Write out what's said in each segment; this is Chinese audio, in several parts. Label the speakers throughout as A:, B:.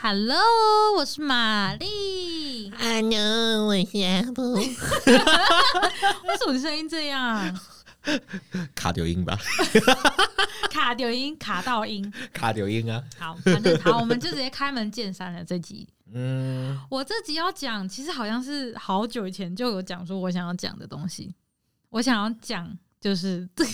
A: Hello，我是玛丽。
B: Hello，我是阿布。
A: 为什么你声音这样 啊？
B: 卡丢音吧，
A: 卡掉音，卡到音。
B: 卡丢音啊。
A: 好，反 正好，我们就直接开门见山了。这集
B: 嗯，
A: 我这集要讲，其实好像是好久以前就有讲说我想要讲的东西。我想要讲就是 这个，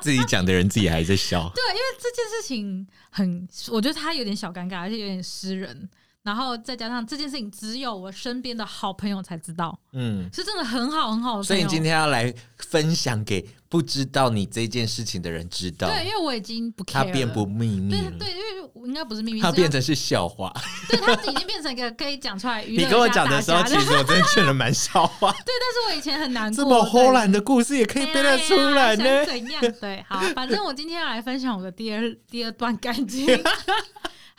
B: 自己讲的人自己还在笑。
A: 对，因为这件事情很，我觉得它有点小尴尬，而且有点私人。然后再加上这件事情只有我身边的好朋友才知道，
B: 嗯，
A: 是真的很好很好的朋友。
B: 所以你今天要来分享给不知道你这件事情的人知道，
A: 对，因为我已经不 care
B: 它变
A: 了
B: 不秘密
A: 对
B: 了，
A: 对，因为我应该不是秘密，
B: 嗯它
A: 是
B: 变成是笑话。
A: 对，它已经变成一个可以讲出来娱乐
B: 你跟我
A: 一下
B: 讲的
A: 大
B: 时候，
A: 家
B: 其实我真的觉得蛮笑话。
A: 对，但是我以前很难过，
B: 这么
A: 对
B: 偷懒的故事也可以背得出来呢
A: 哎？呀想怎样？对，好，反正我今天要来分享我的第二 第二段感情。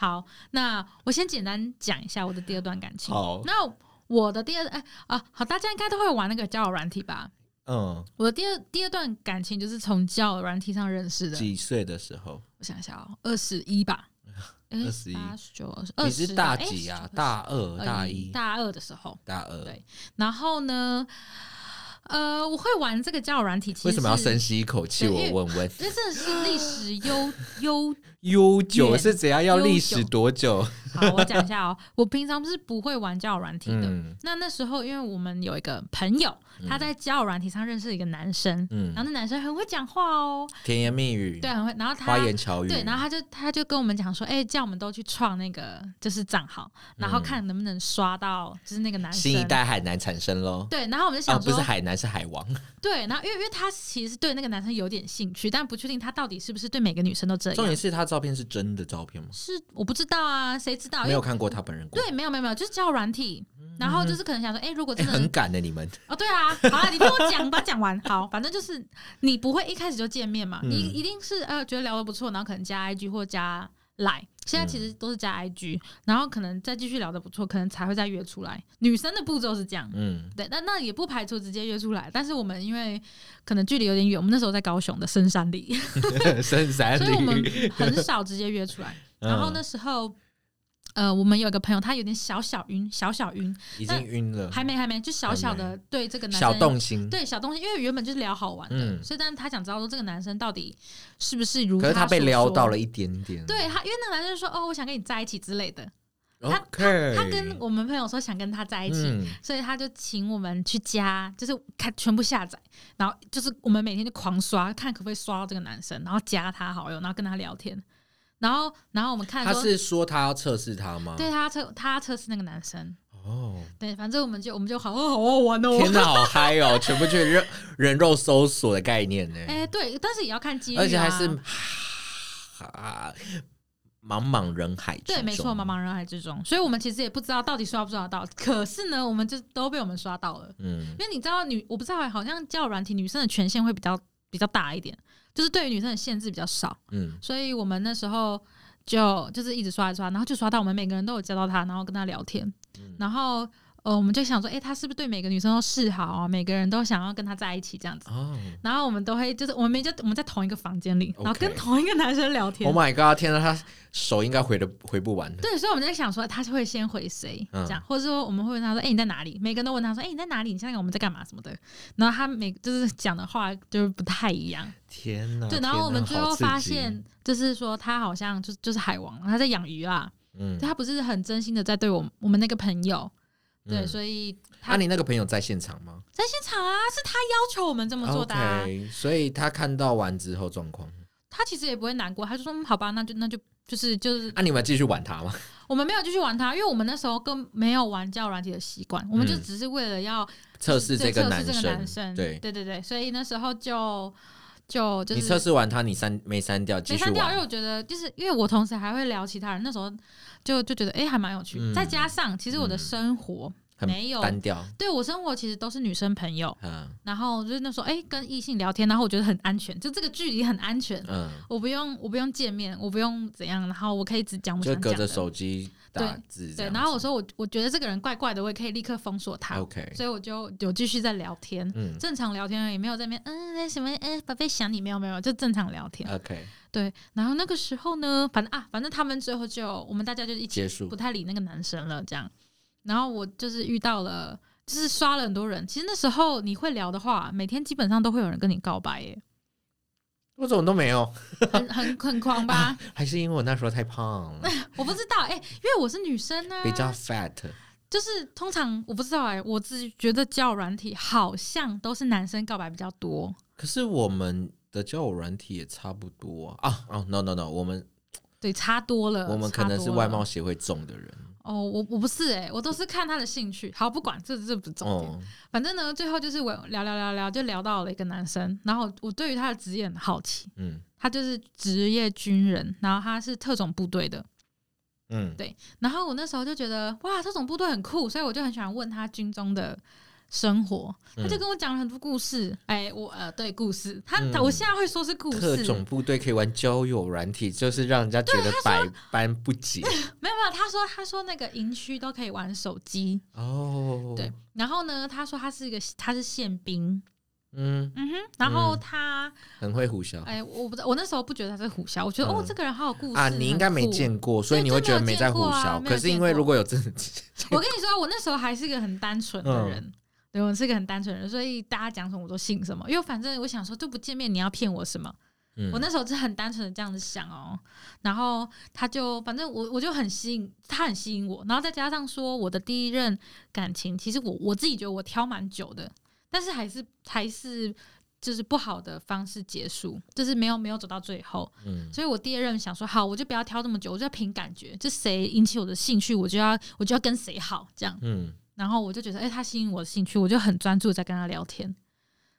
A: 好，那我先简单讲一下我的第二段感情。
B: 好，
A: 那我的第二哎啊，好，大家应该都会玩那个交友软体吧？
B: 嗯，
A: 我的第二第二段感情就是从交友软体上认识的。
B: 几岁的时候？
A: 我想一下哦，二十一 吧，哎
B: 21
A: 八十九、二十，
B: 你
A: 20
B: 是大几啊？大二、
A: 哎
B: 大
A: 21
B: 一、
A: 大二的时候，
B: 大二
A: 对。然后呢，呃，我会玩这个交友软体，其实
B: 为什么要深
A: 是？
B: 吸一口气？
A: 对
B: 我
A: 因为
B: 问问。
A: 这真的是历史悠 悠。
B: 悠久
A: 远
B: 是怎样？要
A: 悠
B: 历
A: 久
B: 史多久？
A: 好，我讲一下哦，我平常是不会玩交友软体的。
B: 嗯
A: 那那时候，因为我们有一个朋友，他在交友软体上认识一个男生，然后
B: 嗯，
A: 那男生很会讲话哦，
B: 甜言蜜语，
A: 对，很会。然后他
B: 花言巧语，
A: 对，然后他就他就跟我们讲说，哎、叫我们都去创那个就是账号，然后
B: 嗯
A: 看能不能刷到就是那个男生。
B: 新一代海南产生喽。
A: 对，然后我们就
B: 啊，
A: 想
B: 不
A: 说，
B: 是海南，是海 王。
A: 对，然后因为因为他其实对那个男生有点兴趣，但不确定他到底是不是对每个女生都这
B: 重
A: 样。
B: 点是他照片是真的照片吗？
A: 是我不知道啊，谁知道？
B: 没
A: 因
B: 有
A: 为
B: 看过他本人过，嗯
A: 对，没有没有没有，就是交友软体，然后就是可能想说，哎、如果
B: 哎，
A: 真的、
B: 很敢的你们。
A: 哦，对啊，好啊，你听我讲，把它讲完。好，反正就是你不会一开始就见面嘛，
B: 嗯
A: 你一定是呃觉得聊得不错，然后可能加 IG 或加 Line，现在其
B: 嗯
A: 实都是加 IG，、然后可能再继续聊得不错，可能才会再约出来。女生的步骤是这样。
B: 嗯，
A: 对，那那也不排除直接约出来，但是我们因为可能距离有点远，我们那时候在高雄的深山里，
B: 深 山
A: 所以我们
B: 里。
A: 很少直接约出 来。
B: 嗯
A: 然后那时候，呃，我们有一个朋友，他有点小小晕，小小晕，
B: 已经晕了，
A: 还没还没，就小小
B: 还
A: 的对这个男生
B: 小动心。
A: 对小东西，因为原本就是聊好玩的，
B: 嗯
A: 所以但是他想知道说这个男生到底是不是如
B: 可是他被撩到
A: 所
B: 了一点点。
A: 说。对他，因为那个男生就说：“哦，我想跟你在一起之类的。他
B: ，OK，
A: 他跟我们朋友说想跟他在一起，
B: 嗯
A: 所以他就请我们去加，就是看全部下载，然后就是我们每天就狂刷，看可不可以刷到这个男生，然后加他好友，然后跟他聊天，然后然后我们看
B: 他
A: 说，
B: 是说他要测试他吗？
A: 对他测他测试那个男生，
B: 哦，
A: 对，反正我们就我们就好哦，好好玩哦。
B: 天哪，好嗨哦！全部去人人肉搜索的概念呢，
A: 哎、对，但是也要看机率、啊，
B: 而且还是啊，茫茫人海之中
A: 对，没错，茫。茫人海之中，所以我们其实也不知道到底刷不刷得到。可是呢，我们就都被我们刷到了，
B: 嗯
A: 因为你知道女，我不知道欸，好像交友软体女生的权限会比较比较大一点，就是对于女生的限制比较少，
B: 嗯，
A: 所以我们那时候就就是一直刷一直刷，然后就刷到我们每个人都有加到他，然后跟他聊天，
B: 嗯
A: 然后呃，我们就想说，哎、他是不是对每个女生都示好啊？每个人都想要跟他在一起这样子。
B: 哦
A: 然后我们都会，就是我们明明就我们在同一个房间里，然后跟
B: OK
A: 同一个男生聊天。
B: ，Oh my god！天哪，他手应该回的回不完的。
A: 对，所以我们在想说哎他会先回谁，
B: 嗯
A: 这样，或者说我们会问他说：“哎、你在哪里？”每个人都问他说：“哎、你在哪里？你现在我们在干嘛什么的。”然后他每就是讲的话就是不太一样，
B: 天哪！
A: 对。然后我们最
B: 啊天哪
A: 后发，
B: 好刺
A: 现
B: 激，
A: 就是说他好像就就是海王，他在养鱼啊啦，
B: 嗯，
A: 他不是很真心的在对我们我们那个朋友，对，
B: 嗯
A: 所以他
B: 那你那个朋友在现场吗
A: 在现场啊，是他要求我们这么做的、啊
B: ？OK，所以他看到完之后状况，
A: 他其实也不会难过，他就说：“嗯好吧，那就那就就是就是
B: 啊那你们继续玩他吗？
A: 我们没有继续玩他，因为我们那时候更没有玩交友软体的习惯，我们就
B: 嗯
A: 只是为了要。”
B: 测试
A: 对
B: 这个
A: 测试这个
B: 生
A: 男，生，
B: 对
A: 对对对，所以那时候就就就
B: 你
A: 是
B: 测试完他，你删没删掉，继
A: 没
B: 续
A: 删掉，因为
B: 玩。
A: 我觉得就是因为我同时还会聊其他人，那时候就就觉得哎、诶还蛮有趣，
B: 嗯
A: 再加上其实我的生活
B: 很
A: 没有
B: 单调，
A: 对我生活其实都是女生朋友，
B: 嗯
A: 然后就是那时候哎、跟异性聊天，然后我觉得很安全，就这个距离很安全，
B: 嗯，
A: 我不用我不用见面，我不用怎样，然后我可以只讲我
B: 就
A: 想
B: 隔
A: 讲
B: 着
A: 的。
B: 手机打字这
A: 对，
B: 样子，
A: 然后我说我我觉得这个人怪怪的，我也可以立刻封锁他，
B: OK，
A: 所以我就有继续在聊天，
B: 嗯
A: 正常聊天而已，没有在那边嗯什么嗯宝贝想你没有没有，就正常聊天。
B: ，OK，
A: 对，然后那个时候呢，反正啊，反正他们最后就我们大家就一起
B: 结束
A: 不太理那个男生了，这样。然后我就是遇到了，就是刷了很多人。其实那时候你会聊的话，每天基本上都会有人跟你告白，耶，
B: 我怎么都没有，
A: 很很很狂 吧？
B: 还是因为我那时候太胖 了，
A: 我不知道，哎、因为我是女生呢、
B: 比较 fat，
A: 就是通常我不知道哎、我自己觉得交友软体好像都是男生告白比较多，
B: 可是我们的交友软体也差不多啊啊哦，no no no，我们
A: 对，差多了。
B: 我们可
A: 呃差
B: 能
A: 多
B: 是外
A: 了
B: 貌协会中的人，
A: 哦，我我不是哎、我都是看他的兴趣。好，不管这这不重点。
B: 哦，
A: 反正呢，最后就是我聊聊聊聊，就聊到了一个男生，然后我对于他的职业很好奇，
B: 嗯
A: 他就是职业军人，然后他是特种部队的，
B: 嗯，
A: 对然后我那时候就觉得哇，特种部队很酷，所以我就很喜欢问他军中的生活，他就
B: 嗯
A: 跟我讲了很多故事，哎、我呃对故事，他、
B: 嗯
A: 他我现在会说是故
B: 特
A: 事，
B: 种部队可以玩交友软体，就是让人家觉得百般不 解
A: 没有没有，他说他说那个营区都可以玩手机，
B: 哦。
A: 对，，然后呢，他说他是一个他是宪兵，
B: 嗯，
A: 嗯哼，然后
B: 嗯
A: 他。
B: 很会胡笑
A: 哎、我不知道，我那时候不觉得他是虎啸，我觉得、哦
B: 嗯，
A: 这个人好有故事
B: 啊。你应该没。
A: 很酷
B: 见过，所以你会觉得没在胡
A: 真的没有见
B: 笑。
A: 过啊
B: 可是因为如果有这，
A: 我跟你说，我那时候还是一个很单纯的
B: 嗯
A: 人，对我是个很单纯的人，所以大家讲什么我都信什么，因为反正我想说，就不见面，你要骗我什么？
B: 嗯
A: 我那时候是很单纯的这样子想哦。然后他就反正我我就很吸引他，很吸引我，然后再加上说我的第一任感情，其实我我自己觉得我挑蛮久的，但是还是还是就是不好的方式结束，就是没有没有走到最后。
B: 嗯
A: 所以我第二任想说，好，我就不要挑这么久，我就要凭感觉，就谁引起我的兴趣，我就要我就要跟谁好这样。
B: 嗯
A: 然后我就觉得，哎、他吸引我的兴趣，我就很专注地在跟他聊天。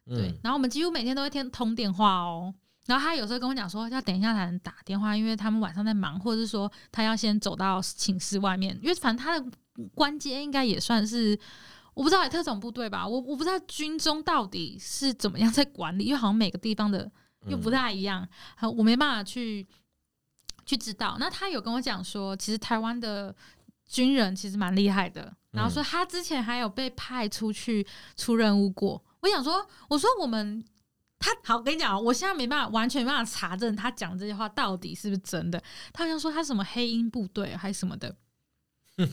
A: 对，
B: 嗯，
A: 然后我们几乎每天都会天通电话哦。然后他有时候跟我讲说，要等一下才能打电话，因为他们晚上在忙，或者是说他要先走到寝室外面，因为反正他的关节应该也算是。我不知道特种部队吧，我我不知道军中到底是怎么样在管理，因为好像每个地方的又不
B: 太
A: 太一样，好我没办法去去知道。那他有跟我讲说，其实台湾的军人其实蛮厉害的，然后说他之前还有被派出去出任务过。我想说，我说我们。他好，我跟你讲哦，我现在没办法，完全没办法查证他讲这些话到底是不是真的。他好像说他什么黑鹰部队还是什么 的。好了，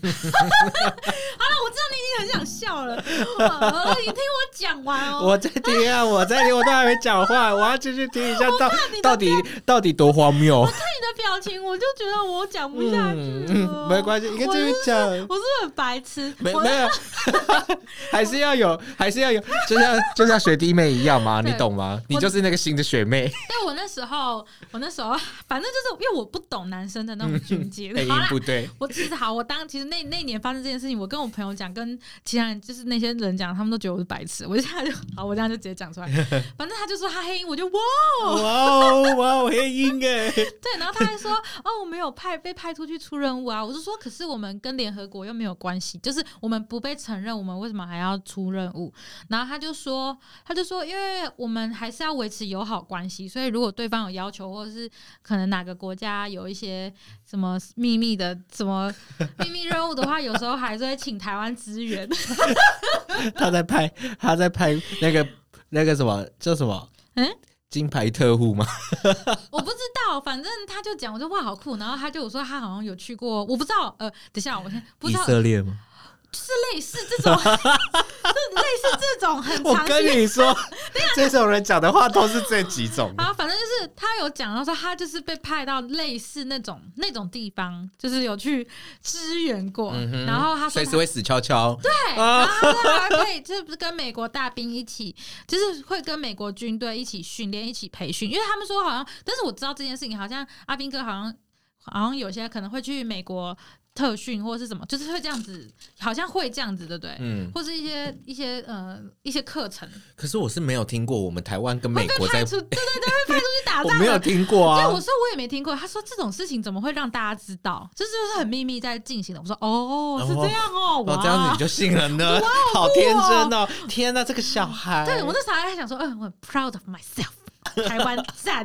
A: 我知道你已经很想笑了， 哇你听我讲完哦。
B: 我在听啊，我在听，我都还没讲 话，我要继续听一下到到底到底多荒谬。
A: 你的表情，我就觉得我讲不下
B: 嗯，
A: 去了。
B: 嗯没关系，你可以继续讲。
A: 我是很白痴，
B: 没
A: 我
B: 没有， 还是要有，还是要有，就像就像学弟妹一样嘛，
A: 对
B: 你懂吗？你就是那个新的学 妹，
A: 但我那时候，我那时候，反正就是因为我不懂男生的那种军阶
B: 配，音
A: 好啦。
B: 部队。
A: 我其实好，我当其实那那一年发生这件事情，我跟我朋友讲，跟其他人就是那些人讲，他们都觉得我是白痴。我就现在就好，我这样就直接讲出来。反正他就说他黑鹰，我就哇
B: 哇哦哇哦，黑鹰 哎！
A: 对，然后他还说哦，我没有派被派出去出任务啊。我就说，可是我们跟联合国又没有关系，就是我们不被承认，我们为什么还要出任务？然后他就说，他就说，因为我们还是要维持友好关系，所以如果对方有要求，或者是可能哪个国家有一些什么秘密的什么秘密任务的话，有时候还是会请台湾支援。
B: 他在拍，他在拍那个那个什么叫什么？
A: 嗯，
B: 金牌特务吗？
A: 我不知道，反正他就讲，我说哇好酷，然后他就我说他好像有去过，我不知道，呃，等一下我先不
B: 以
A: 知道
B: 色列吗？
A: 是类似这种， 这类似这种很
B: 我
A: 常
B: 跟
A: 见。
B: 你说，这种人讲的话都是这几种
A: 然后反正就是他有讲到说，他就是被派到类似那种那种地方，就是有去支援过。
B: 嗯哼啊
A: 然后他说
B: 随
A: 他
B: 时会死翘翘。
A: 对，然后他说还可以就是跟美国大兵一起，就是会跟美国军队一起训练、一起培训，因为他们说好像，但是我知道这件事情，好像阿兵哥好像好像有些可能会去美国。特训或者是什么，就是会这样子，好像会这样子，对不对？
B: 嗯，
A: 或是一些一些呃一些课程，
B: 可是我是没有听过我们台湾跟
A: 会
B: 美
A: 被
B: 国
A: 派
B: 在，
A: 出，对对对，会派出去打
B: 我
A: 仗
B: 没有
A: 的。
B: 听过
A: 对，
B: 啊
A: 我。说我也没听过。他说这种事情怎么会让大家知道？这就是很秘密在进行的。我说哦，是这样哦，哇
B: 哦，这样子你就信了 呢，好天真哦！天哪，这个小孩，
A: 对我那时候还想说，嗯，我很 proud of myself，台湾 赞。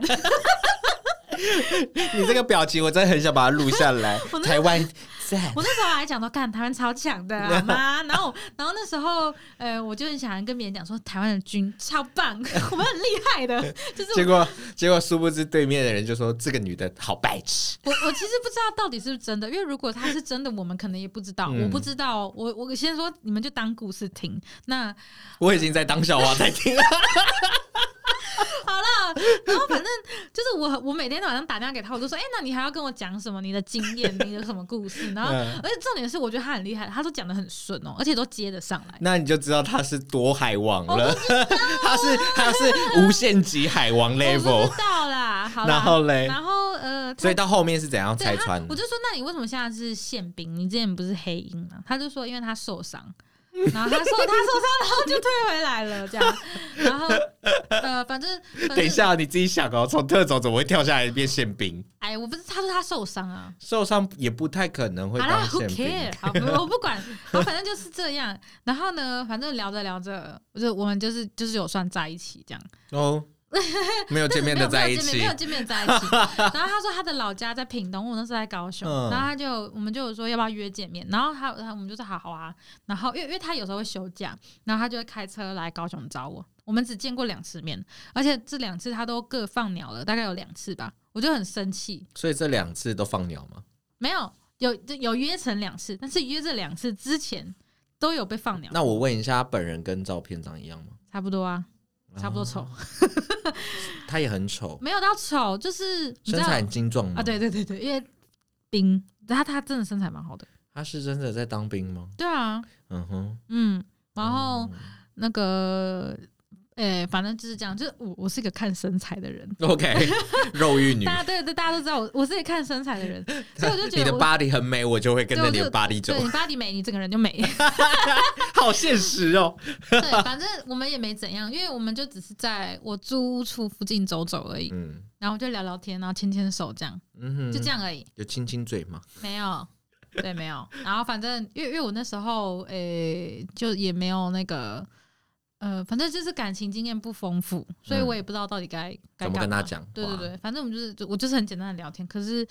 B: 你这个表情，我真的很想把它录下来
A: 我。那
B: 台湾在，
A: 我那时候还讲说，干台湾超强 的，好吗？然后，然后那时候，呃，我就很想跟别人讲说，台湾的军超棒， 我们很厉害的。就是
B: 结果结果殊不知对面的人就说这个女的好白 痴。
A: 我我其实不知道到底是不是真的，因为如果它是真的，我们可能也不知道。
B: 嗯
A: 我不知道，我我先说，你们就当故事听。那
B: 我已经在当笑话在听了。
A: 好了，然后反正就是我我每天晚上打电话给他，我就说，哎、那你还要跟我讲什么？你的经验，你的什么故事？然后，
B: 嗯
A: 而且重点是，我觉得他很厉害，他都讲的很顺哦，而且都接得上来。
B: 那你就知道他是多海王了， 他是他是无限级海王
A: 啊我
B: level
A: 不。知道啦，好啦，
B: 然后嘞
A: 然后呃，他
B: 所以到后面是怎样
A: 对
B: 拆
A: 他
B: 穿，
A: 我？就说，那你为什么现在是宪兵？你之前不是黑鹰吗？他就说，因为他受伤， 然后他受他受伤，然后就退回来了，这样。然后呃，反正反 正
B: 等一，下，你自己想哦，从特种怎么会跳下来变宪兵？
A: 哎，我不是，他说他受伤啊。
B: 受伤也不太可能会
A: 好啦
B: 当
A: ，Who
B: 宪兵
A: care？。好，我我不管，好，反正就是这样。然后呢，反正聊着聊着，就我们就是就是有算在一起这样，
B: 哦，没有见面的在一
A: 没
B: 起
A: 有，见面没有见面在一起。 然后他说他的老家在屏东，我那时候在高雄，
B: 嗯
A: 然后他就我们就有说要不要约见面，然后他他我们就说好好啊，然后因为因为他有时候会休假，然后他就会开车来高雄找我，我们只见过两次面，而且这两次他都各放鸟了，大概有两次吧，我就很生气，
B: 所以这两次都放鸟吗？
A: 没有有有约成两次，但是约这两次之前都有被放鸟，
B: 那我问一下，他本人跟照片长一样吗？
A: 差不多啊，差不多丑，
B: 哦他也很丑，
A: 没有到丑，就是你知
B: 身
A: 道
B: 材很精壮吗？
A: 啊，对，对对对，因为冰他他真的身材蛮好的。
B: 他是真的在当兵吗？
A: 对啊，
B: 嗯哼，
A: 嗯，然后
B: 嗯
A: 那个，诶、反正就是这样，就是我我是一个看身材的人，
B: OK，肉欲女
A: 大，家对对大家都知道我我是一个看身材的 人，所以我就觉
B: 你的
A: 得我。
B: body 很美，我就会跟着你
A: 对我
B: 的 body 走
A: 对，你 body 美，你整个人就 美。
B: 好现实哦。
A: 对，反正我们也没怎样，因为我们就只是在我租屋处附近走走而已，
B: 嗯
A: 然后就聊聊天，然后牵牵手，这样
B: 嗯哼，
A: 就这，样而已，
B: 有亲亲嘴吗？
A: 没有，对，没有。然后反正因为因为我那时候诶、就也没有那个呃，反正就是感情经验不丰富，所以
B: 嗯
A: 我也不知道到底该该
B: 怎么
A: 干
B: 跟他
A: 嘛
B: 讲
A: 对对
B: 话
A: 对，反正我们就是我就是很简单的聊天，可是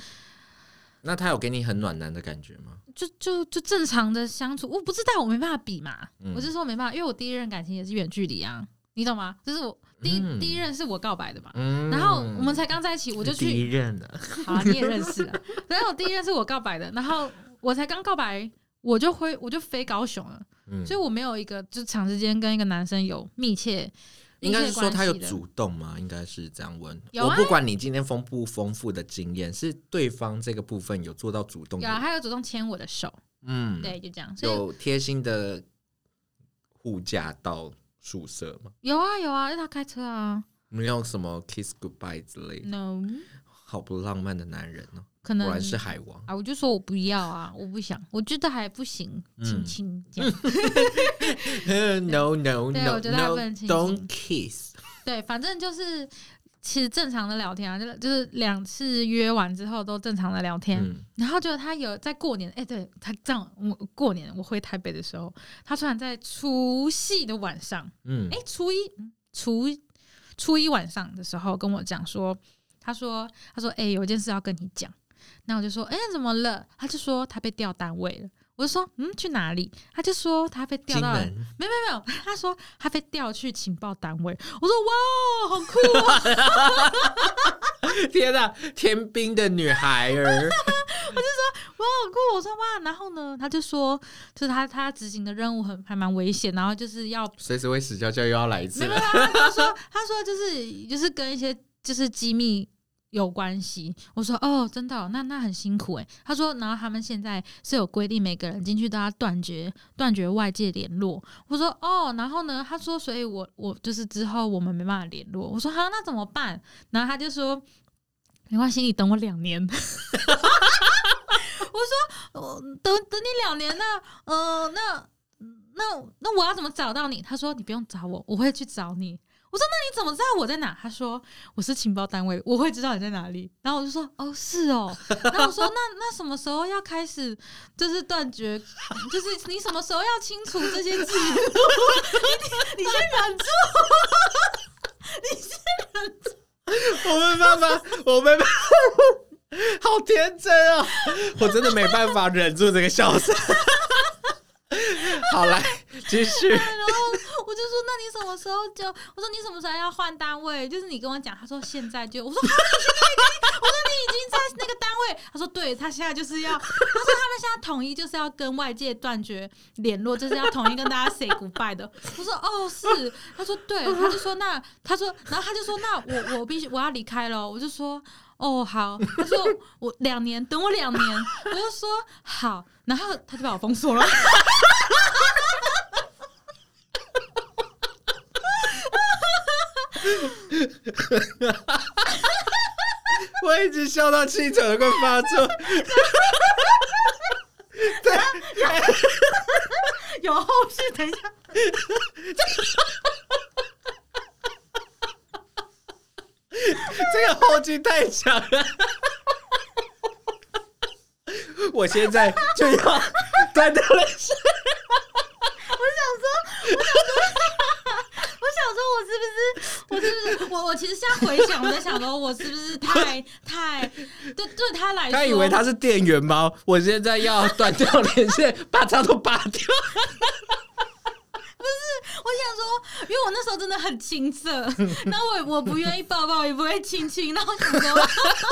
B: 那他有给你很暖男的感觉吗？
A: 就就就正常的相处，我不知道我没办法比嘛，
B: 嗯
A: 我是说没办法，因为我第一任感情也是远距离啊，你懂吗？就是我第一、
B: 嗯
A: 第一任是我告白的嘛。
B: 嗯
A: 然后我们才刚在一起，我就去
B: 第一任了，
A: 好、啊，你也认识啊。然后我第一任是我告白的，然后我才刚告白，我就回我就飞高雄了，
B: 嗯
A: 所以我没有一个就长时间跟一个男生有密切，
B: 应该
A: 密
B: 是
A: 切
B: 说他有
A: 关系的
B: 主动吗？应该是这样问。
A: 有啊
B: 我不管你今天丰不丰富的经验，是对方这个部分有做到主动
A: 有
B: 的，
A: 啊，他有主动牵我的手，
B: 嗯，
A: 对，就这样，所以
B: 有贴心的护驾到宿舍吗？
A: 有啊有啊，因为他开车啊
B: 没有什么 kiss goodbye 之类的，
A: ，no，
B: 好不浪漫的男人哦，
A: 可
B: 果
A: 能
B: 然是海 王。
A: 啊，我就说我不要啊，我不想，我觉得还不行，亲
B: 嗯
A: 亲这 样，
B: no no no
A: 对我觉得他不能
B: no
A: 亲近
B: don't kiss。
A: 对，反正就是。其实正常的聊天啊，就是就是两次约完之后都正常的聊天，
B: 嗯，
A: 然后就他有在过年，哎、对他这样，我过年我回台北的时候，他突然在除夕的晚上，
B: 嗯
A: 哎、初一，嗯初一初一晚上的时候跟我讲说，他说他说哎、有件事要跟你讲，那我就说哎、怎么了？他就说他被调单位了，我就说嗯去哪里？他就说他被调
B: 金
A: 到
B: 门
A: 没有没有没有， 他说他被调去情报单位，我说哇好酷啊！
B: 天呐，天兵的女孩儿，
A: 哇，哦好酷！我说哇，然后呢，他就说，就是他他执行的任务很还蛮危险，然后就是要
B: 随时会死翘翘又要来一
A: 没
B: 次
A: 有
B: 了
A: 没有，。他他说 他说就是就是跟一些就是机密有关系。我说哦，真的哦、那那很辛苦诶。他说，然后他们现在是有规定，每个人进去都要断绝断绝外界联络。我说哦，然后呢，他说，所以我我就是之后我们没办法联络。我说好，那怎么办？ 然后他就说没关系，你等我两年。我我说，呃等等你两年那，呃，那那那我要怎么找到你？他说你不用找我，我会去找你。我说那你怎么知道我在哪？他说我是情报单位，我会知道你在哪里。然后我就说哦是哦，然后我说那那什么时候要开始就是断绝，就是你什么时候要清除这些记录？ 你你先忍住，
B: 我没办法，我没办法， 好天真哦！我真的没办法忍住这个笑声。好，来继续。
A: 然后我就说那你什么时候就？我说你什么时候要换单位？就是你跟我讲，他说现在就。我说我说你已经在那个单位，他说对，他现在就是要，他说他们现在统一就是要跟外界断绝联络，就是要统一跟大家 say goodbye 的。我说哦是，他说对，他就说那他说，然后他就说那我我必须我要离开了，我就说。哦，好。他说我两年，等我两年。我就说好，然后他就把我封锁了。
B: 我一直笑到气喘都快发作。对，
A: 有后续，等一下。
B: 这个后劲太强了。我现在就要断掉了。
A: 我想说，我是不是，我是不是，我我其实现在回想，我在想说，我是不是太太对对他来说，
B: 他以为他是店员吗？我现在要断掉连线，把它都拔掉。
A: 我想说，因为我那时候真的很青涩， 然后我我不愿意抱抱，也不会亲亲，然后我想 说，然后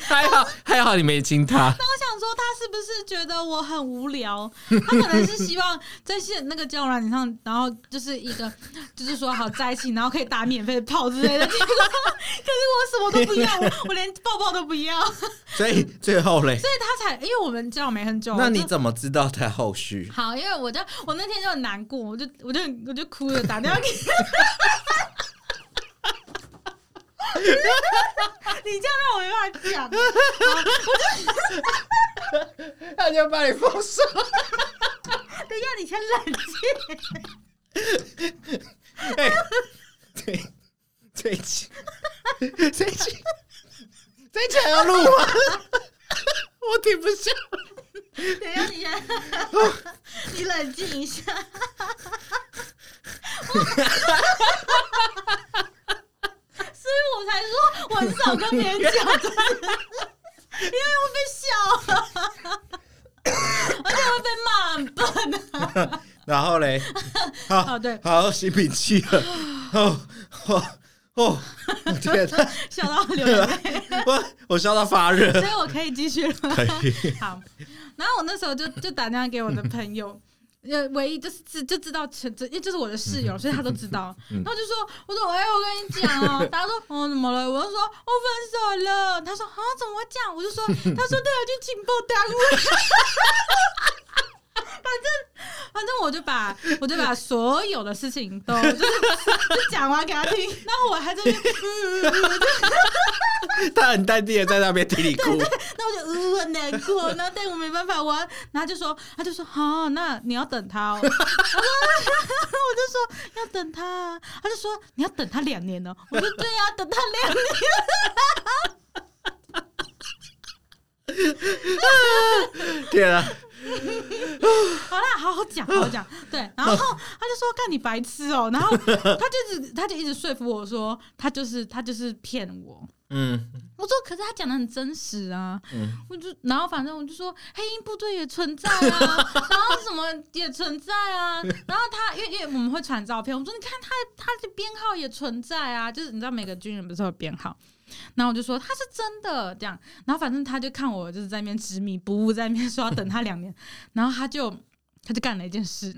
B: 还好，还好你没亲他。
A: 我想说，他是不是觉得我很无聊？他可能是希望在现那个交友软件上，然后就是一个 就是说好在一起，然后可以打免费的炮之 类的，结果可是我什么都不要，我我连抱抱都不要，所
B: 所以最后嘞，
A: 以他才因为我们交往没很久，
B: 那
A: 我
B: 你
A: 就
B: 怎么知道他后续？
A: 好，因为我就我那天就很难过，我就我就我就哭了，打电话给你。你这样让我没办法讲，
B: 他就把你封锁。
A: 等一下你先冷静。
B: 哎，对，这一期，这一期，这一期还要录吗？ 我停不下。
A: 等一下你先，你冷静一下。所以我才说我很少跟别人讲的，因为会被笑啊，而且会被骂很笨啊。
B: 然后嘞，好，
A: 哦对
B: 好，吸屏气了。哦，哦，哦，我天哪，
A: 笑到流眼泪，
B: 我我笑到发 热。
A: 所以我可以继续了。
B: 可以，
A: 好，然后我那时候就就打电话给我的朋友。呃，唯一就是知就知道全，这就是我的室友，所以他都知道。然后就说，我说，喂、哎我跟你讲哦，他说，哦，怎么了？我就说，我分手了。他说，啊，怎么会这样？我就说，他说他啊要去情报单位。 反正反正我就把我就把所有的事情都就是 就讲完给他听，然后我还在那边，嗯嗯嗯嗯，
B: 他很淡定的在那边听你哭。
A: 那我就呃很难过，然后但我没办法，我要，然后他就说，他就说，好、那你要等他哦， 我说我就说要等他啊，他就说你要等他两年哦，我说对呀、等他两年，
B: 天啊，
A: 好啦，好好讲，好好讲，对，然后他就说干你白痴哦，然后他就只他就一直说服我说他就是他就是骗我，
B: 嗯
A: 我说，可是他讲的很真实啊，
B: 嗯
A: 我就然后反正我就说黑鹰部队也存在啊， 然后什么也存在啊，然后他因为因为我们会传照片，我说你看他他的编号也存在啊，就是你知道每个军人不是有编号。然后我就说他是真的这样，然后反正他就看我就是在那边执迷不悟，在那边说要等他两年，然后他就他就干了一件事，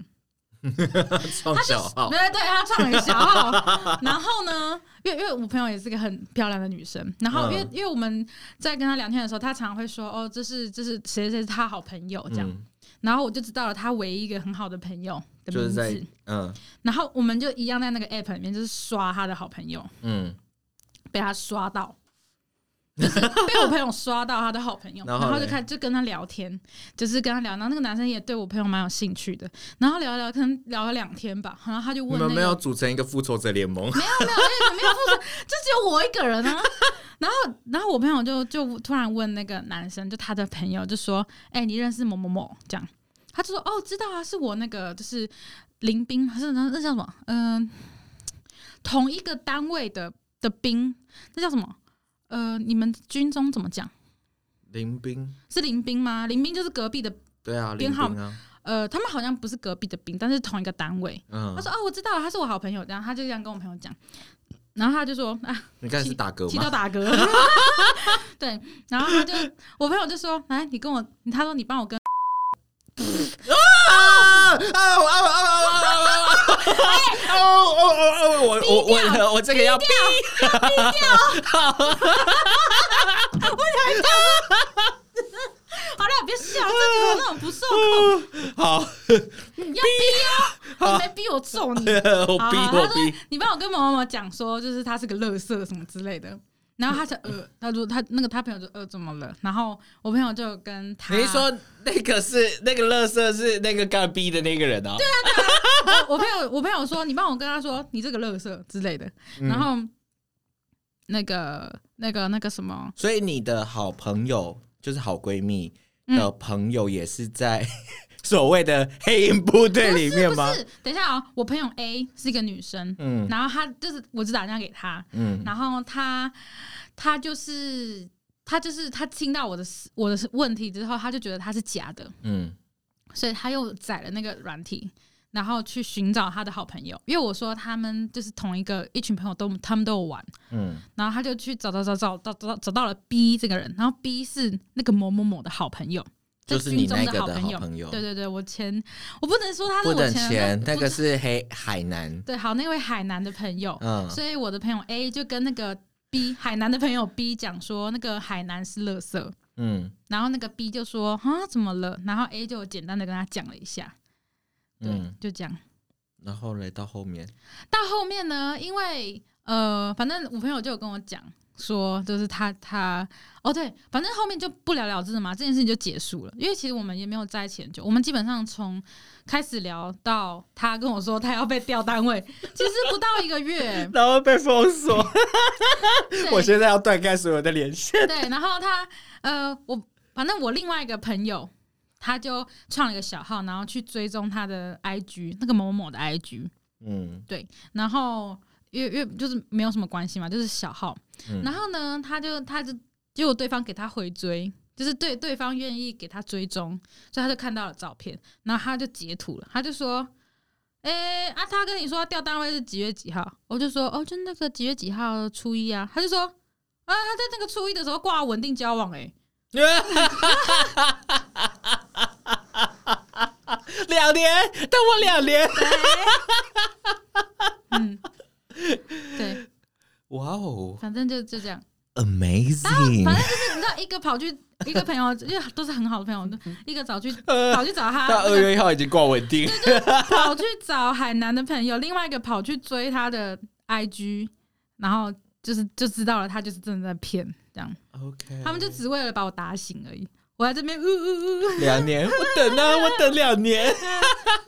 B: 创小号，
A: 对对，他唱了一小号。然后呢，因为因为我朋友也是个很漂亮的女生，然后因为、
B: 嗯
A: 因为我们在跟她聊天的时候，她常常会说哦，这是这是谁谁谁是她好朋友这样，
B: 嗯
A: 然后我就知道了她唯一一个很好的朋友的
B: 就是
A: 名
B: 在
A: 字，
B: 嗯
A: 然后我们就一样在那个 app 里面就是刷她的好朋友，
B: 嗯，
A: 被她刷到。就是被我朋友刷到他的好朋友，
B: 然
A: 然
B: 后
A: 后
B: 嘞
A: 就开就跟他聊天，就是跟他聊，然后那个男生也对我朋友蛮有兴趣的，然后聊聊可能聊了两天吧，然后他就
B: 你
A: 问那
B: 们
A: 个
B: 没有组成一个复仇者联盟，
A: 没有付出，就只有我一个人啊。 然后，然后我朋友就就突然问那个男生，就他的朋友就说：“哎、你认识某某某？”这样，他就说：“哦，知道啊，是我那个就是林兵，还是那那叫什么？嗯、同一个单位的的兵，那叫什么？呃，你们军中怎么讲？
B: 林兵，
A: 是林兵吗？林兵就是隔壁的，
B: 对啊，林
A: 编号
B: 兵啊，
A: 呃，他们好像不是隔壁的兵，但是同一个单位。”
B: 嗯
A: 他，说：“哦，我知道了，他是我好朋友。”这样，他就这样跟我朋友讲，然后他就说：“啊，
B: 你刚才是打嗝
A: 气
B: 吗
A: 到？打嗝。 对，然后他就我朋友就说：“来，你跟我，他说你帮我跟。
B: 啊啊啊啊啊啊！哦哦哦哦！我我我我这个 要逼
A: 好了，别笑，这你们那种不受控，
B: 好，
A: 你要逼哦，你没逼我揍 你。
B: 我
A: 好
B: 逼
A: 好
B: 我
A: 他说
B: 逼，
A: 你帮我跟某某某讲说，就是他是个乐色什么之类 的。然后他就呃，他说他那个他朋友就呃怎么了？然后我朋友就跟他，
B: 你是说那个是那个乐色是那个干逼的那个人啊？对，
A: 我我朋友我朋友说你帮我跟他说你这个乐色之类的。
B: 嗯
A: 然后那个那个那个什么，
B: 所以你的好朋友就是好闺蜜的朋友，也是在所谓的黑鹰部队里面吗
A: 不？是，等一下啊、我朋友 A 是一个女生，
B: 嗯
A: 然后她就是我只打电话给她，
B: 嗯，
A: 然后她她就是她就是她听到我的我的问题之后，她就觉得她是假的，
B: 嗯
A: 所以她又载了那个软体。然后去寻找她的好朋友，因为我说他们就是同一个一群朋友都，他们都有玩，
B: 嗯，
A: 然后他就去找找找找找找找到了 B 这个人，然后 B 是那个某某某的好朋友，在
B: 就是
A: 军
B: 你
A: 中
B: 那个
A: 好
B: 的
A: 朋
B: 好
A: 友，
B: 朋友，
A: 对对对，我前我不能说他是
B: 不
A: 我
B: 等
A: 前
B: 钱，那
A: 不
B: 个是黑海南，
A: 对，好，那位海南的朋友，
B: 嗯
A: 所以我的朋友 A 就跟那个 B 海南的朋友 B 讲说，那个海南是垃圾，
B: 嗯，
A: 然后那个 B 就说啊怎么了，然后 A 就简单的跟他讲了一下，对，
B: 嗯，
A: 就这样。
B: 然后来到后面，。
A: 到后面呢，因为呃，反正我朋友就有跟我讲说，就是他他哦对，反正后面就不了了之了嘛，这件事情就结束了。因为其实我们也没有在一起很久，我们基本上从开始聊到他跟我说他要被调单位，其实不到一个月
B: 然后被封锁，
A: 对
B: 我现在要断开所有的连线。
A: 对，然后他呃，我反正我另外一个朋友，他就创了一个小号，然后去追踪他的 IG，那个某某的 IG，
B: 嗯
A: 然后因为因为就是没有什么关系嘛，就是小号。
B: 嗯
A: 然后呢，他就他就结果对方给他回追。就是对对方愿意给他追踪，所以他就看到了照片，然后他就截图了，他就说：“诶，啊，他跟你说他调单位是几月几号？”我就说：“哦，就那个几月几号初一啊。”他就说：“啊，他在那个初一的时候挂稳定交往、欸，
B: 两年，等我两年。
A: 嗯，对，
B: 哇哦
A: 反正就就这样。反正
B: ，amazing！
A: 就是你知道，一个跑去一个朋友，因为都是很好的朋友，一个 找去
B: 呃，
A: 跑去找他，
B: 到二月一号已经挂稳定。
A: 跑去找海南的朋友，另外一个跑去追他的 IG，然后就是就知道了，他就是真的在骗，这样
B: OK，
A: 他们就只为了把我打醒而已。我在这边呜呜呜，
B: 两年，我等啊，我等两年。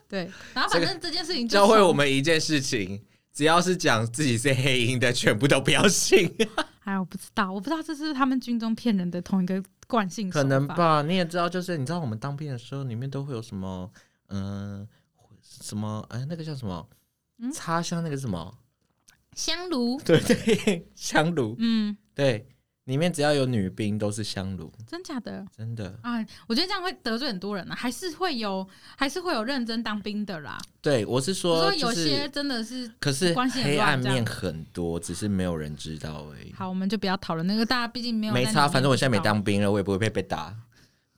A: 对，然后反正这件事情就
B: 教会
A: 从
B: 我，们一件事情，只要是讲自己是黑鹰的，全部都不要信。
A: 哎，我不知道，我不知道这是他们军中骗人的同一个惯性手
B: 可能
A: 法，
B: 吧，你也知道，就是你知道我们当兵的时候，里面都会有什么，嗯、什么，哎，那个叫什么
A: 嗯，
B: 插香那个什么，
A: 香炉，
B: 对对， 香炉，
A: 嗯，
B: 对，里面只要有女兵都是香炉，
A: 真假的？
B: 真的。
A: 啊，我觉得这样会得罪很多人啊，还是会有，还是会有认真当兵的啦。
B: 对，我是
A: 我
B: 说，
A: 说
B: 就
A: 有些
B: 是，
A: 真的是，
B: 可是
A: 关系很
B: 黑
A: 乱
B: 暗
A: 这样
B: 面很多，只是没有人知道而已。
A: 好，我们就不要讨论那个，大家毕竟没有
B: 没
A: 在里
B: 差，
A: 面
B: 反正我现在没
A: 知道
B: 当兵了，我也不会被被打。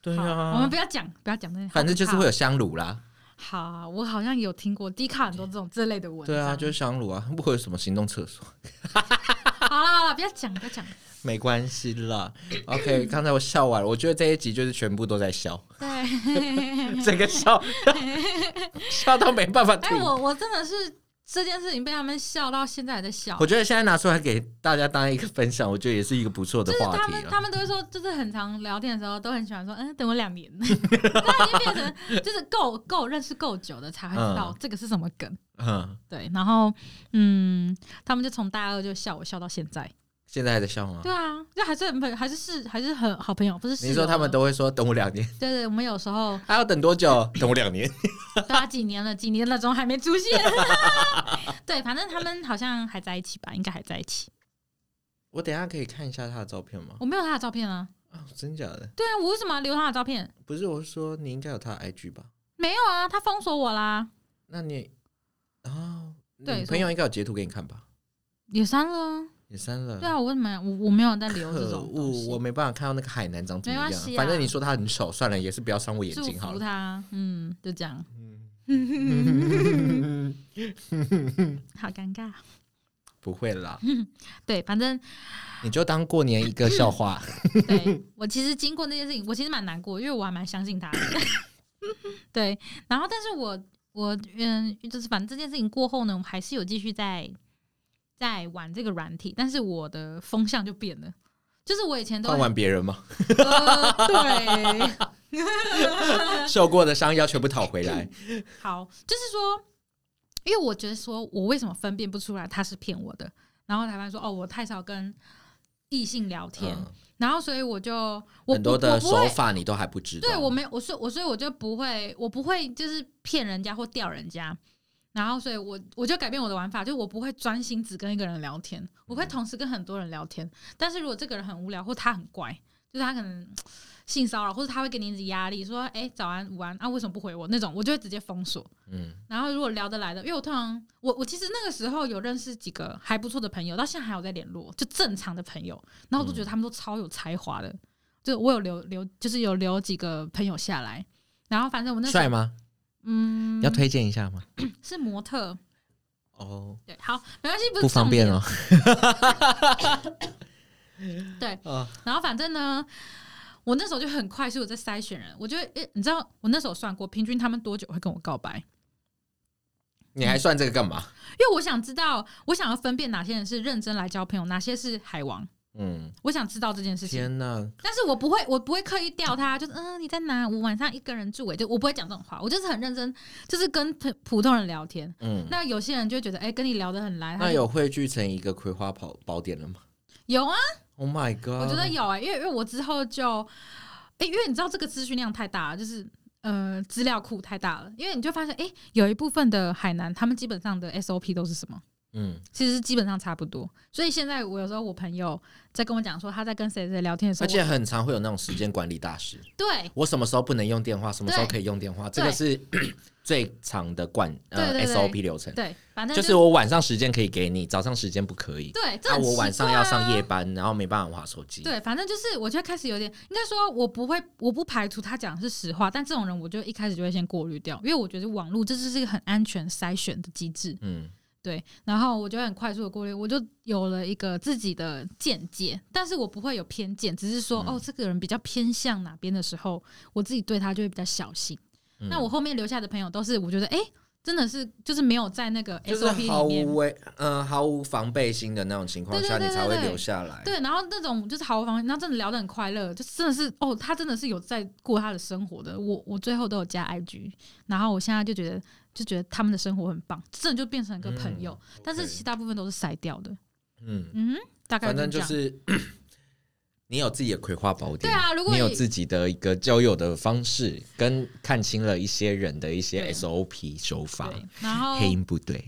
B: 对
A: 好我们
B: 啊
A: 不，要讲，不要讲那些，
B: 反正就是会
A: 有。
B: 有香炉啦。
A: 好，我好像有听过低卡很多这种这类的文章。
B: 对啊，就是香炉啊，不会有什么行动厕所。
A: 好了好了，不要讲，不要讲。
B: 没关系啦。OK，刚才我笑完了，我觉得这一集就是全部都在笑，
A: 对， 哎、
B: 整个笑笑到没办法停。
A: 哎我我真的是这件事情被他们笑到现在还在笑
B: 我。觉得现在拿出来给大家当一个分享，我觉得也是一个不错的
A: 就是
B: 话
A: 他
B: 题啊
A: 们，
B: 了。
A: 他们都会说，就是很常聊天的时候，都很喜欢说，嗯，等我两 年，他已经变成就是够够认识够久的才会知道
B: 嗯
A: 这个是什么梗，
B: 嗯，
A: 对。然后，嗯，他们就从大二就笑我笑到现在，
B: 现在还在笑吗
A: 对？啊，就还是很朋，还是是还是很好朋友，不是室友
B: 你说他们
A: 了
B: 都会说等我两年，
A: 对对，我们有时候
B: 还要等多久？ 等我两年。
A: 大家几年了，几年了，怎么还没出现？ 对，反正他们好像还在一起吧，应该还在一起。
B: 我等一下可以看一下他的照片吗？
A: 我没有他的照片啊，
B: 啊、真假的？
A: 对啊，我为什么要留他的照片？
B: 不是，我是说你应该有他的 IG 吧？
A: 没有啊，他封锁我啦，
B: 那你哦，你
A: 对
B: 朋友应该有截图给你看吧？
A: 也删了啊。
B: 你删了。
A: 对啊，我为什么要我我没有在留这
B: 可
A: 种东
B: 恶，
A: 西
B: 我没办法看到那个海南长怎么
A: 没
B: 样。
A: 关系啊
B: 反正你说他很丑，算了，也是不要伤我眼
A: 祝
B: 睛好
A: 福
B: 了。
A: 他，嗯，就这样，
B: 嗯
A: 好尴尬。
B: 不会啦，
A: 对，反正
B: 你就当过年一个笑话。
A: 对我其实经过那件事情，我其实蛮难过，因为我还蛮相信他的。 对，然后但是我我嗯，就是反正这件事情过后呢，我还是有继续在在玩这个软体，但是我的风向就变了，就是我以 前都
B: 换
A: 会、
B: 完别人嘛，
A: 呃、对，
B: 受过的伤要全部讨回 来。
A: 好，就是说，因为我觉得说我为什么分辨不出来他是骗我的，然后台湾说哦，我太少跟异性聊天，
B: 嗯，
A: 然后所以我就我
B: 很多
A: 我
B: 的
A: 我不
B: 手
A: 会
B: 法你都还不知道。
A: 对我没有，我所以我所以我就不会，我不会就是骗人家或吊人家，然后所以我我就改变我的玩法，就是我不会专心只跟一个人聊天，我
B: 嗯
A: 会同时跟很多人聊天。但是如果这个人很无聊或他很怪，就是他可能嗯性骚扰或者他会给你一直压力，说哎、早安午安啊为什么不回我那种，我就会直接封锁。
B: 嗯，
A: 然后如果聊得来的，因为我通常我我其实那个时候有认识几个还不错的朋友，到现在还有在联络，就正常的朋友。然后我都觉得他们都超有才华的，就我有留留就是有留几个朋友下来，然后反正我那时候
B: 帅吗？
A: 嗯
B: 要推荐一下吗？
A: 是模特，
B: 哦，
A: 对，好没关系，不是
B: 不方便
A: 重点
B: 哦。
A: 对
B: 哦，
A: 然后反正呢，我那时候就很快速的在筛选人，我觉得诶、你知道我那时候算过，平均他们多久会跟我告白？
B: 你还算这个干嘛？
A: 因为我想知道，我想要分辨哪些人是认真来交朋友，哪些是海王，
B: 嗯，
A: 我想知道这件事情。
B: 天哪，
A: 但是我不会，我不会刻意钓他，就是嗯，你在哪？我晚上一个人住、欸，就我不会讲这种话，我就是很认真，就是跟普普通人聊天。
B: 嗯，
A: 那有些人就会觉得，哎、跟你聊得很来，他
B: 那
A: 就
B: 有汇聚成一个葵花宝宝典了吗
A: 有啊，
B: ？Oh my god！
A: 我觉得有哎、因为因为我之后就，哎、因为你知道这个资讯量太大了，就是呃资料库太大了，因为你就发现，哎、有一部分的海南他们基本上的 SOP 都是什么？
B: 嗯，
A: 其实基本上差不多，所以现在我有时候我朋友在跟我讲说他在跟谁谁聊天的时候，
B: 而且很常会有那种时间管理大师，
A: 我对
B: 我什么时候不能用电话，什么时候可以用电话，这个是 最长的惯呃
A: 对对对
B: SOP 流程，
A: 对，反正
B: 就是我晚上时间可以给你，早上时间不可以。
A: 对，这
B: 那
A: 很
B: 我
A: 奇
B: 晚上
A: 怪
B: 要
A: 啊
B: 上夜班，然后没办法划手机。，
A: 对，反正就是我觉得开始有点，应该说我不会，我不排除他讲的是实话，但这种人我就一开始就会先过滤掉，因为我觉得网络这就是一个很安全筛选的机制，
B: 嗯，
A: 对，然后我就很快速的过滤，我就有了一个自己的见解，但是我不会有偏见，只是说、
B: 嗯
A: 哦，这个人比较偏向哪边的时候，我自己对他就会比较小心。
B: 嗯
A: 那我后面留下的朋友都是我觉得哎、诶真的是就是没有在那个
B: 就是
A: SOP
B: 毫
A: 里面
B: 无为呃毫无防备心的那种情况下，
A: 对对对
B: 你才会
A: 对对
B: 留下来。
A: 对，然后那种就是毫无防备，然后真的聊得很快乐，就真的是哦，他真的是有在过他的生活的。我我最后都有加 IG，然后我现在就觉得就觉得他们的生活很棒，真的就变成一个朋友。但是
B: 嗯 OK
A: 其他部分都是筛掉的，
B: 嗯，
A: 嗯，大概
B: 反正
A: 这
B: 就
A: 样。
B: 是 你有自己的葵花宝典，
A: 对啊如果
B: 你有
A: 你
B: 自己的一个交友的方式，跟看清了一些人的一些
A: 对
B: SOP 手法，
A: 对，然后
B: 黑鹰部队，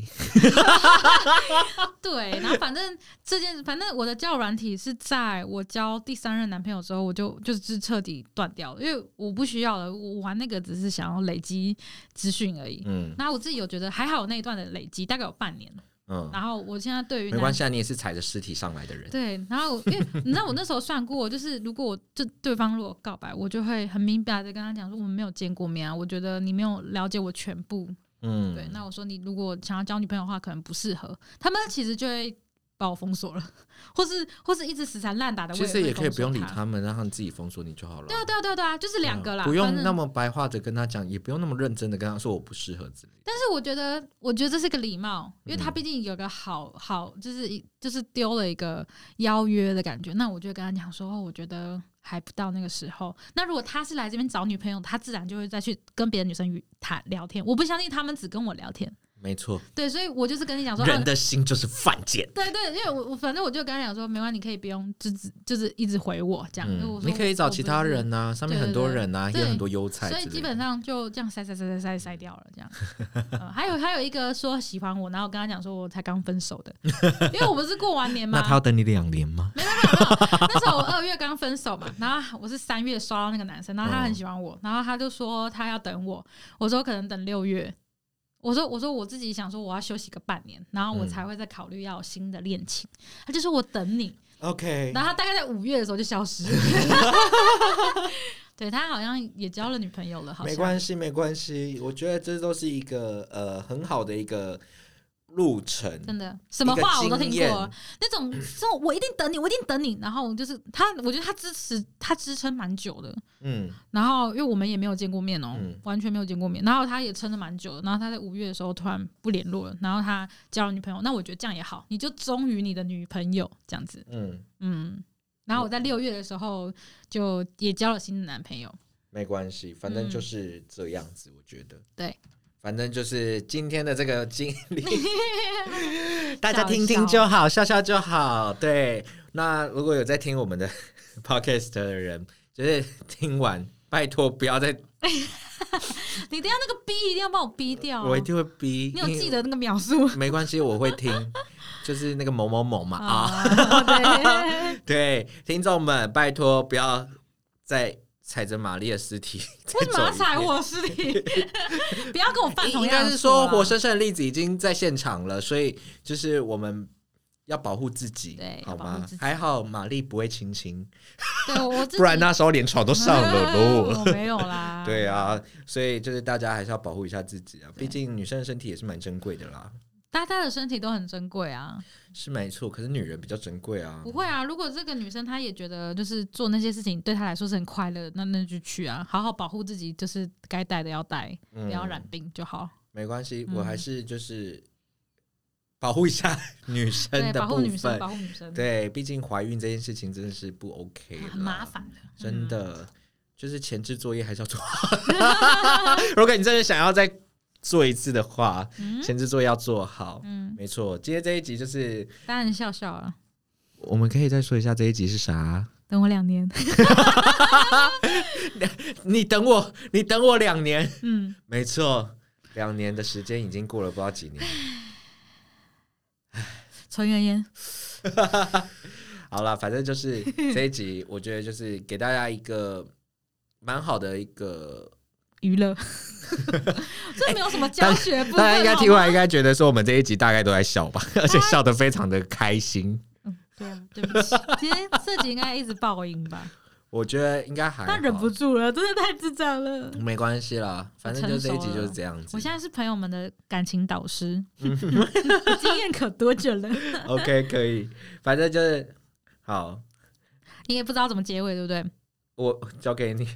A: 对，然后反正这件，反正我的交友软体是在我交第三任男朋友之后，我就就是彻底断掉了，因为我不需要了。我玩那个只是想要累积资讯而已。
B: 嗯
A: 然后我自己有觉得还好，那一段的累积大概有半年。
B: 嗯，
A: 然后我现在对于
B: 没
A: 男
B: 关系啊，你也是踩着尸体上来的人，
A: 对，然后因为你知道我那时候算过，就是如果我就对方如果告白，我就会很明白的跟他讲说我们没有见过面啊，我觉得你没有了解我全部。
B: 嗯，
A: 对，那我说你如果想要交女朋友的话，可能不适合。他们其实就会把我封锁了，或是或是一直死缠烂打的。
B: 其实也可以不用理
A: 他。
B: 他们，让他们自己封锁你就好了。嗯
A: 对啊，对啊，对啊，对啊，啊就是两个啦，
B: 不
A: 反
B: 用
A: 正
B: 那么白话的跟他讲，也不用那么认真的跟他说我不适合之类的。
A: 但是我觉得，我觉得这是个礼貌，因为他
B: 嗯
A: 毕竟有个好好，就是一就是丢了一个邀约的感觉。那我就跟他讲说，哦，我觉得还不到那个时候。那如果他是来这边找女朋友，他自然就会再去跟别的女生与谈聊天。我不相信他们只跟我聊天，
B: 没错，
A: 对，所以我就是跟你讲说，
B: 人
A: 啊
B: 的心就是犯贱。
A: 对对，因为我我反正我就跟他讲说，没关系，你可以不用就是就是一直回我这样。因为我
B: 嗯，
A: 说
B: 你可以
A: 我
B: 找
A: 不
B: 其
A: 是
B: 他人呐、上面
A: 对
B: 很
A: 对
B: 多
A: 对
B: 人啊呐、也有
A: 对
B: 很多优菜之
A: 所
B: 类
A: 以
B: 的。
A: 基本上就这样筛筛筛筛筛筛掉了，这样、呃还有还有一个说喜欢我，然后我跟他讲说我才刚分手的，因为我不是过完年嘛，
B: 那他要等你两年吗？
A: 那时候我二月刚分手嘛，然后我是三月刷到那个男生，然后他
B: 哦
A: 很喜欢我，然后他就说他要等我，我说可能等六月。我说，我说我自己想说我要休息个半年，然后我
B: 嗯
A: 才会再考虑要有新的恋情。他就说我等你，
B: OK，
A: 然后他大概在五月的时候就消失了。 对他好像也交了女朋友了，好像
B: 没关系，没关系。我觉得这都是一个呃很好的一个路程。
A: 真的，什么
B: 一个
A: 话我都
B: 经
A: 听
B: 验
A: 过。那种这种我一定等你，我一定等你。然后就是他，我觉得他支持他支撑蛮久的。
B: 嗯，
A: 然后因为我们也没有见过面哦、
B: 嗯
A: 完全没有见过面。然后他也撑了蛮久的。然后他在五月的时候突然不联络了，然后他交了女朋友。那我觉得这样也好，你就忠于你的女朋友这样子。
B: 嗯，
A: 嗯，然后我在六月的时候就也交了新的男朋友。
B: 没关系，反正
A: 嗯
B: 就是这样子。我觉得
A: 对，
B: 反正就是今天的这个经 历， 大家
A: 笑
B: 听听就好，笑笑就好。对，那如果有在听我们的 podcast 的人，就是听完，拜托不要再，
A: 你等一下那个逼一定要帮我逼掉、哦，
B: 我一定会逼。
A: 你有记
B: 因为？
A: 得那个秒数
B: 没关系，我会 听。就是那个某某某嘛
A: 哦
B: 啊，
A: 对，
B: 对，听众们，拜托不要再踩着玛丽的尸体 再
A: 为什么要
B: 走一
A: 踩
B: 遍？
A: 我尸体？不要跟我犯
B: 应
A: 同
B: 应
A: 样
B: 该
A: 的
B: 是
A: 错
B: 说
A: 啊
B: 活生生的例子已经在现场了，所以就是我们要保护自己，
A: 对
B: 好
A: 要保护
B: 吗
A: 自？己
B: 还好玛丽不会亲亲，
A: 对我自己哦
B: 不 然那时候连床都上了喽。
A: 我没有啦。
B: 对，啊，所以就是大家还是要保护一下自己啊，毕竟女生的身体也是蛮珍贵的啦，
A: 大家的身体都很珍贵啊，
B: 是没错。可是女人比较珍贵啊
A: 不，会啊。如果这个女生她也觉得就是做那些事情对她来说是很快乐，那那就去啊，好好保护自己，就是该带的要带，
B: 嗯
A: 不要染病就好。
B: 没关系，
A: 嗯
B: 我还是就是保护一下女生
A: 对，
B: 的
A: 保
B: 部
A: 护女生，
B: 分。
A: 保护女生，，
B: 对，毕竟怀孕这件事情真的是不 OK，啦
A: 很麻，烦的，
B: 真
A: 嗯
B: 的。就是前置作业还是要做 好。如果你真的想要再做一次的话，
A: 嗯。
B: 前置作业要做好。
A: 嗯，
B: 没错，今天这一集就是
A: 当然笑笑啊，
B: 我们可以再说一下这一集是啥。
A: 等我两年。
B: 你等我，你等我两年。
A: 嗯，
B: 没错，两年的时间已经过了不知道几年。
A: 抽根烟，
B: 好了，反正就是 这一集，我觉得就是给大家一个蛮好的一个，
A: 娱 乐， 这没有什么
B: 哎
A: 教学部分。哦
B: 大家应该听
A: 好吗
B: 完应该觉得说我们这一集大概都在笑吧，而且笑得非常的开心。
A: 嗯，对啊，对不起，今天这集应该一直爆音 吧？
B: 我觉得应该还好
A: 但忍不住了，真的太智障了。
B: 没关系啦，反正就这一集就是这样子。
A: 我现在是朋友们的感情导 师，经验可多久了？
B: OK 可以，反正就是好，
A: 你也不知道怎么结尾，对不对？
B: 我交给你。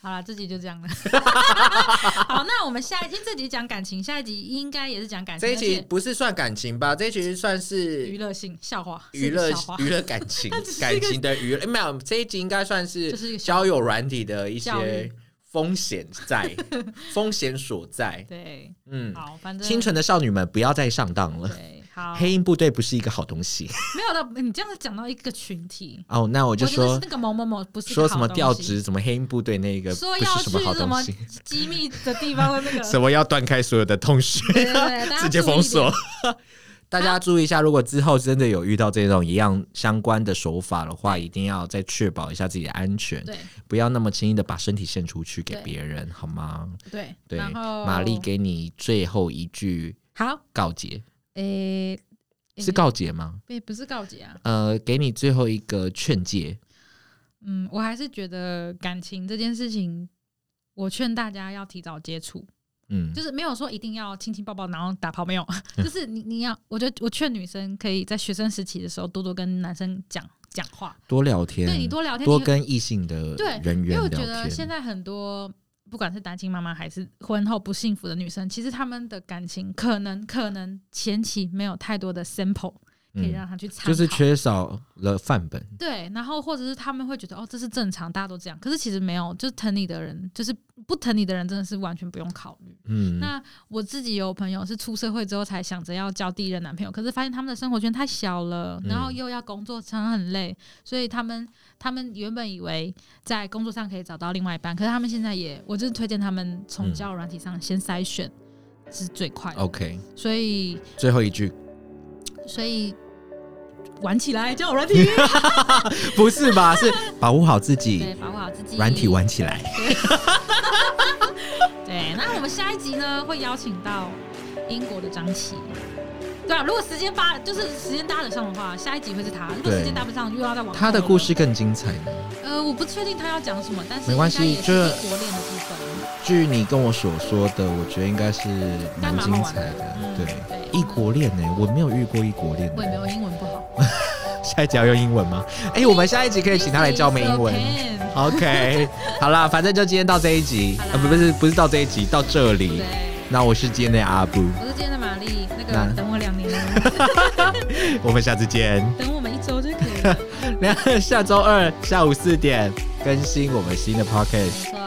A: 好了，这集就这 样了。好，那我们下一集这集讲感情，下一集应该也是讲感情，
B: 这一集
A: 而且
B: 不是算感情吧？这一集算
A: 娱
B: 是
A: 乐性笑话，
B: 娱乐
A: 是个笑话
B: 娱乐感 情
A: 它只是一
B: 感
A: 个
B: 情的娱乐，没有这一集应该算是
A: 就是一个笑
B: 交友软体的一
A: 教
B: 些
A: 育
B: 风险在， 风险所在。
A: 对，
B: 嗯，
A: 好，反正
B: 清纯的少女们不要再上当了，
A: 对，好，
B: 黑鹰部队不是一个好东西。
A: 没有的，你这样子讲到一个群体，
B: 哦，那我
A: 我
B: 就
A: 觉得
B: 说
A: 是那个某某某不是
B: 说
A: 个
B: 什
A: 好
B: 么调
A: 东西
B: 职，什么黑鹰部队那个
A: 说
B: 不
A: 要
B: 是
A: 去
B: 什么好
A: 什
B: 东
A: 么
B: 西，
A: 机密的地方的 那个，
B: 什么要断开所有的通讯，
A: 对对对，大家
B: 直接
A: 注意
B: 封
A: 一
B: 锁
A: 点。。
B: 大家注意一下，如果之后真的有遇到这种一样相关的手法的话，一定要再确保一下自己的安全。
A: 对
B: 不要那么轻易的把身体献出去给
A: 对
B: 别人，好吗？
A: 对，
B: 对，
A: 然后
B: 玛丽给你最后一句
A: 好，
B: 告诫，
A: 诶、诶
B: 是告诫吗？
A: 诶不是告解啊，
B: 呃，给你最后一个劝诫，
A: 嗯，我还是觉得感情这件事情，我劝大家要提早接触，
B: 嗯
A: 就是没有说一定要亲亲抱抱然后打炮，没有， 就是你你要，我觉得我劝女生可以在学生时期的时候多多跟男生讲讲话，
B: 多聊天，
A: 对你多聊天，
B: 多
A: 你
B: 跟异性的
A: 对
B: 人
A: 因为
B: 员
A: 我
B: 聊
A: 觉得现
B: 天，
A: 在很多不管是单亲妈妈还是婚后不幸福的女生，其实她们的感情可能可能前期没有太多的 sample 可以让她去参考，
B: 嗯就是缺少了范本。
A: 对，然后或者是他们会觉得哦这是正常，大家都这样，可是其实没有，就是疼你的人，就是不疼你的人真的是完全不用考虑。
B: 嗯，
A: 那我自己有朋友是出社会之后才想着要交第一任男朋友，可是发现他们的生活圈太小了，
B: 嗯
A: 然后又要工作，常常很累，所以他们他们原本以为在工作上可以找到另外一半，可是他们现在也，我就是推荐他们从
B: 嗯哦
A: 交友软体上先筛选、是最快的，
B: OK，
A: 所以
B: 最后一句
A: 所以玩起来交友软体，
B: 不是吧？是保护好自
A: 对，
B: 己，
A: 把握好自己，
B: 软体玩起来。
A: 对，那我们下一集呢会邀请到英国的张琪。对啊，如果时间搭就是时间搭得上的话，下一集会是他；如果
B: 对
A: 时间搭不上，又要再往后
B: 他的
A: 了
B: 故事更精彩呢。
A: 呃，我不确定他要讲什么，但是
B: 没关系
A: 应该也是
B: 这
A: 异国恋的部分，
B: 据你跟我所说的，我觉得应该是
A: 该
B: 蛮
A: 蛮
B: 精
A: 好玩
B: 彩
A: 嗯
B: 的。对，
A: 对，
B: 异国恋呢、我没有遇过异国恋、
A: 我也没有
B: 欸。
A: 英文不好，
B: 下一集要用英文吗？哎、我们下一集可以请他来教我们英文
A: This。is Japan
B: OK，好啦，反正就今天到这一集，
A: 好啦
B: 啊，不不是不是到这一集，到这里
A: 对。，
B: 那我是今天的阿布，
A: 我是今天的玛丽，那
B: 那
A: 个等我两年，
B: 我们下次见。
A: 等我们一周就可以了。
B: 那下周二下午四点更新我们新的 Podcast，
A: 没错，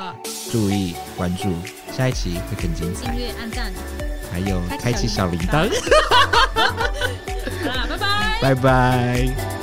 B: 注意关注，下一期会更精彩
A: 订，阅、按赞，
B: 还有开
A: 开
B: 启
A: 启
B: 小
A: 小
B: 铃
A: 铃铛，
B: 铛
A: 好啦，拜拜。
B: 拜拜。